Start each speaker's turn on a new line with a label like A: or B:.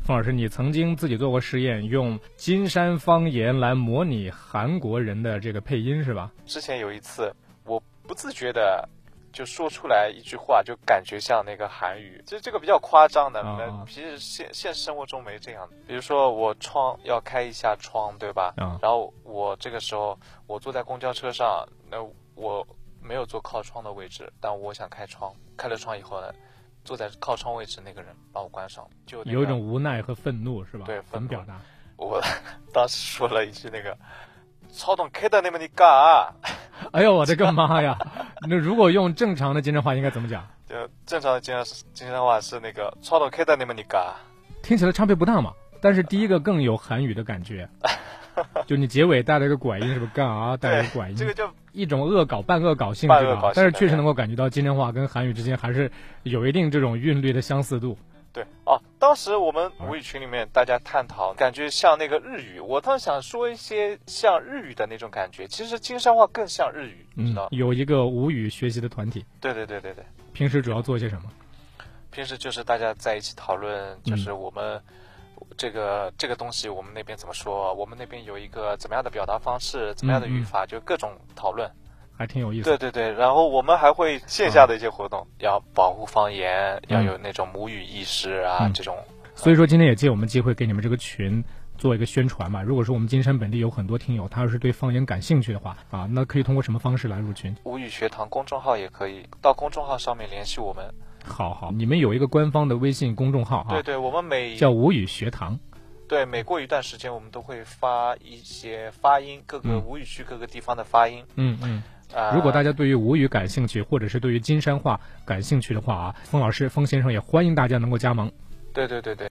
A: 冯老师，你曾经自己做过实验，用金山方言来模拟韩国人的这个配音是吧？
B: 之前有一次，我不自觉的就说出来一句话，就感觉像那个韩语。其实这个比较夸张的，
A: 啊
B: 那平时现现实生活中没这样的。比如说我窗要开一下窗，对吧？
A: 啊
B: 然后我这个时候我坐在公交车上，那我没有坐靠窗的位置，但我想开窗，开了窗以后呢，坐在靠窗位置那个人把我关上，就、那个、
A: 有一种无奈和愤怒是吧？
B: 对
A: 怎么
B: 愤怒
A: 表达？
B: 我 当时说了一句那个“超懂开的那么你干啊”。
A: 哎呦，我的个妈 呀！那如果用正常的金山话应该怎么讲？
B: 就正常的经常经常话是那个超到 K 的你们你嘎，
A: 听起来差别不大嘛，但是第一个更有韩语的感 觉，就你结尾带了一个拐音，是不是？干啊，带了一个拐音，
B: 这个就
A: 一种恶搞、半恶搞性
B: 半
A: 质
B: 恶搞
A: 吧
B: 性。
A: 但是
B: 的
A: 确实
B: 对
A: 能够感觉到金针话跟韩语之间还是有一定这种韵律的相似度。
B: 对哦。当时我们母语群里面大家探讨，感觉像那个日语，我当时想说一些像日语的那种感觉，其实金山话更像日语，你知
A: 嗯
B: 道？，
A: 有一个吴语学习的团体，
B: 对对对对对。
A: 平时主要做些什么？
B: 平时就是大家在一起讨论，就是我们这个、这个东西我们那边怎么说，我们那边有一个怎么样的表达方式，怎么样的语法，就各种讨论。
A: 还挺有意思
B: 对
A: 的。
B: 对对，然后我们还会线下的一些活动，要保护方言，要有那种母语意识啊，
A: 嗯
B: 这种
A: 所以说今天也借我们机会给你们这个群做一个宣传嘛。如果说我们金山本地有很多听友，他要是对方言感兴趣的话啊，那可以通过什么方式来入群？
B: 母语学堂公众号也可以到公众号上面联系我们。
A: 好好，你们有一个官方的微信公众号
B: 对
A: 啊，
B: 对，我们每
A: 叫吴语学堂。
B: 对每过一段时间，我们都会发一些发音，各个
A: 嗯
B: 吴语区各个地方的发音
A: 嗯嗯。
B: 啊。
A: 如果大家对于吴语感兴趣，或者是对于金山话感兴趣的话啊，风老师、风先生也欢迎大家能够加盟。
B: 对对对对。